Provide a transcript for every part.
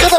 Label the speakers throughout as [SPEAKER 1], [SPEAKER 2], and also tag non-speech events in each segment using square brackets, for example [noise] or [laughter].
[SPEAKER 1] Cada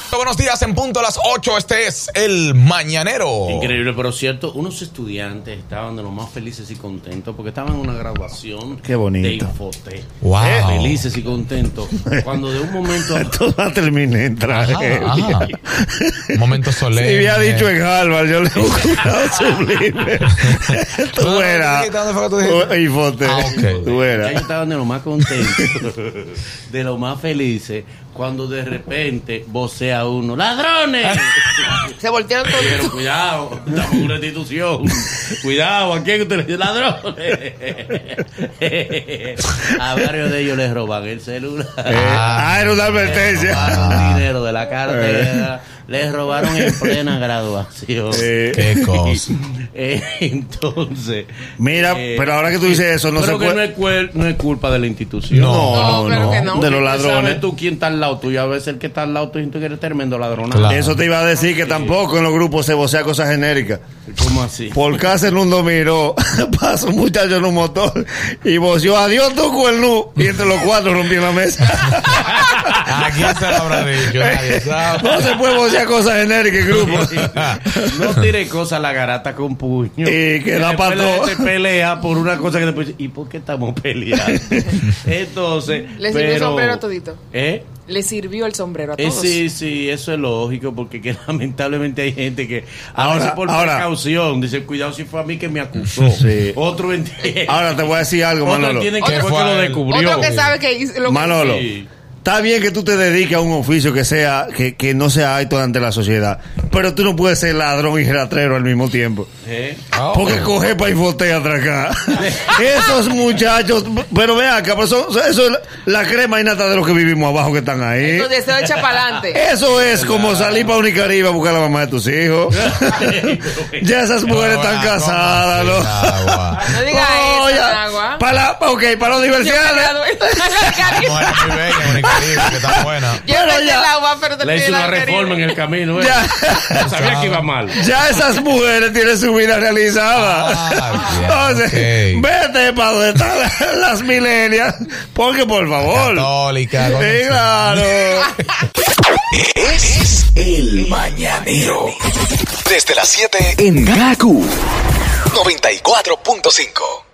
[SPEAKER 2] Buenos días, en punto a las 8. Este es el mañanero.
[SPEAKER 3] Increíble, pero cierto, unos estudiantes estaban de los más felices y contentos porque estaban en una graduación
[SPEAKER 4] Qué bonito.
[SPEAKER 3] de Infotec.
[SPEAKER 2] Wow.
[SPEAKER 3] Felices y contentos. Cuando de un momento
[SPEAKER 4] [laughs]
[SPEAKER 3] a
[SPEAKER 2] [laughs]
[SPEAKER 4] Toda terminé en tragedia.
[SPEAKER 2] ajá. Un momento
[SPEAKER 4] Si
[SPEAKER 2] solemne.
[SPEAKER 4] Ah, había dicho en Harvard, yo le
[SPEAKER 2] [laughs]
[SPEAKER 4] he buscado sublime.
[SPEAKER 2] No,
[SPEAKER 4] Tú
[SPEAKER 2] no,
[SPEAKER 4] eras.
[SPEAKER 2] ¿dónde fue que tú dijiste?
[SPEAKER 4] Y fote.
[SPEAKER 2] Ah, ok.
[SPEAKER 4] Tú
[SPEAKER 3] Ya
[SPEAKER 4] eras.
[SPEAKER 3] estaban de lo más contentos, [laughs] de lo más felices, cuando de repente vocea uno, ¡ladrones!
[SPEAKER 5] Se voltearon
[SPEAKER 3] Pero
[SPEAKER 5] todos.
[SPEAKER 3] cuidado, estamos en una institución. Cuidado, ¿a quién usted le dice ladrones? [laughs] A varios de ellos les roban el celular.
[SPEAKER 4] Eh, ah, era una
[SPEAKER 2] Ah,
[SPEAKER 4] advertencia.
[SPEAKER 3] robaron dinero de la cartera, les robaron en plena graduación.
[SPEAKER 4] Eh, [laughs]
[SPEAKER 2] Qué cosa.
[SPEAKER 3] Eh, entonces.
[SPEAKER 4] Mira,
[SPEAKER 3] eh,
[SPEAKER 4] pero ahora que tú dices eso, no
[SPEAKER 3] creo
[SPEAKER 4] se
[SPEAKER 3] que no
[SPEAKER 4] puede.
[SPEAKER 3] es, cuel- no es culpa de la institución.
[SPEAKER 5] No, claro que no.
[SPEAKER 4] De los
[SPEAKER 3] Porque
[SPEAKER 4] ladrones.
[SPEAKER 3] Sabes tú quién está al lado tuyo. A veces el que está al lado tuyo tú que eres tremendo ladrón.
[SPEAKER 2] Claro.
[SPEAKER 4] Eso te iba a decir que tampoco en los grupos se vocea cosas genéricas.
[SPEAKER 3] Eh, ¿Cómo así?
[SPEAKER 4] Por casa en un [laughs] dominó pasa un muchacho en un motor y voció adiós tu cuernú. Y entre los cuatro rompí la mesa.
[SPEAKER 2] ¿A quién se lo habrá dicho?
[SPEAKER 4] [laughs]
[SPEAKER 2] Nadie sabe.
[SPEAKER 4] No se puede vocear cosas genéricas en grupos.
[SPEAKER 3] [laughs] no tire cosas a la garata con puño.
[SPEAKER 4] Y que da
[SPEAKER 3] Después
[SPEAKER 4] pa'
[SPEAKER 3] la
[SPEAKER 4] todo.
[SPEAKER 3] gente pelea por una cosa que después. dice, ¿Y por qué estamos peleando? Entonces.
[SPEAKER 5] Les sirvió el sombrero a todito.
[SPEAKER 3] ¿Eh?
[SPEAKER 5] Le sirvió el sombrero a
[SPEAKER 3] Eh,
[SPEAKER 5] todos.
[SPEAKER 3] sí, sí, eso es lógico, porque que [laughs] lamentablemente hay gente que a
[SPEAKER 4] Ahora,
[SPEAKER 3] veces por
[SPEAKER 4] ahora.
[SPEAKER 3] precaución dice, cuidado si fue a mí que me acusó.
[SPEAKER 4] Sí.
[SPEAKER 3] Otro entiende.
[SPEAKER 4] [laughs] Ahora te voy a decir
[SPEAKER 3] [laughs]
[SPEAKER 4] algo,
[SPEAKER 3] otro
[SPEAKER 4] Manolo.
[SPEAKER 3] entiende
[SPEAKER 2] Otro-
[SPEAKER 3] que fue que lo
[SPEAKER 2] Otro que
[SPEAKER 3] descubrió.
[SPEAKER 5] Otro que sabe que hizo lo que-
[SPEAKER 4] Manolo,
[SPEAKER 3] Sí.
[SPEAKER 4] está bien que tú te dediques a un oficio que sea que, que no sea alto ante la sociedad, pero tú no puedes ser ladrón y ratrero al mismo tiempo.
[SPEAKER 3] ¿Eh?
[SPEAKER 5] Oh.
[SPEAKER 2] Ah,
[SPEAKER 4] Porque
[SPEAKER 2] ok.
[SPEAKER 4] coge para infotea atrás [laughs] Esos muchachos, pero ve acá, pero son- son- eso es la, la crema y nata de los que vivimos abajo que están ahí.
[SPEAKER 5] Los deseos echa para adelante.
[SPEAKER 4] Eso es como salir para Unicaribe a buscar a la mamá de tus
[SPEAKER 5] [laughs]
[SPEAKER 4] hijos. ya esas mujeres
[SPEAKER 2] Ahora,
[SPEAKER 4] están
[SPEAKER 2] ¿cómo así,
[SPEAKER 4] casadas, ¿no? Oh,
[SPEAKER 2] Nagua?
[SPEAKER 5] No diga eso,
[SPEAKER 4] ya.
[SPEAKER 5] Nagua.
[SPEAKER 4] Para la- ok, para los
[SPEAKER 5] Yo
[SPEAKER 4] diversidades.
[SPEAKER 5] [laughs] me gradué.
[SPEAKER 2] Mujer muy bella, bonita, linda, que está
[SPEAKER 4] [laughs]
[SPEAKER 2] buena.
[SPEAKER 5] Yo
[SPEAKER 4] Pero
[SPEAKER 5] aprendí
[SPEAKER 4] ya.
[SPEAKER 5] en la UBA, pero
[SPEAKER 3] Le
[SPEAKER 5] terminé
[SPEAKER 3] hizo
[SPEAKER 5] en la
[SPEAKER 3] una
[SPEAKER 5] Caribe.
[SPEAKER 3] reforma en el camino. ¿eh?
[SPEAKER 4] Ya.
[SPEAKER 3] Sabía que iba mal.
[SPEAKER 4] Ya esas mujeres tienen su vida realizada.
[SPEAKER 2] Ah, bien,
[SPEAKER 4] Entonces,
[SPEAKER 2] ok.
[SPEAKER 4] vete para donde están la- las milenias. Porque, por favor.
[SPEAKER 2] Católica.
[SPEAKER 4] Sí,
[SPEAKER 2] con-
[SPEAKER 4] claro.
[SPEAKER 1] Es el mañanero. Desde las 7 en GACU 94.5.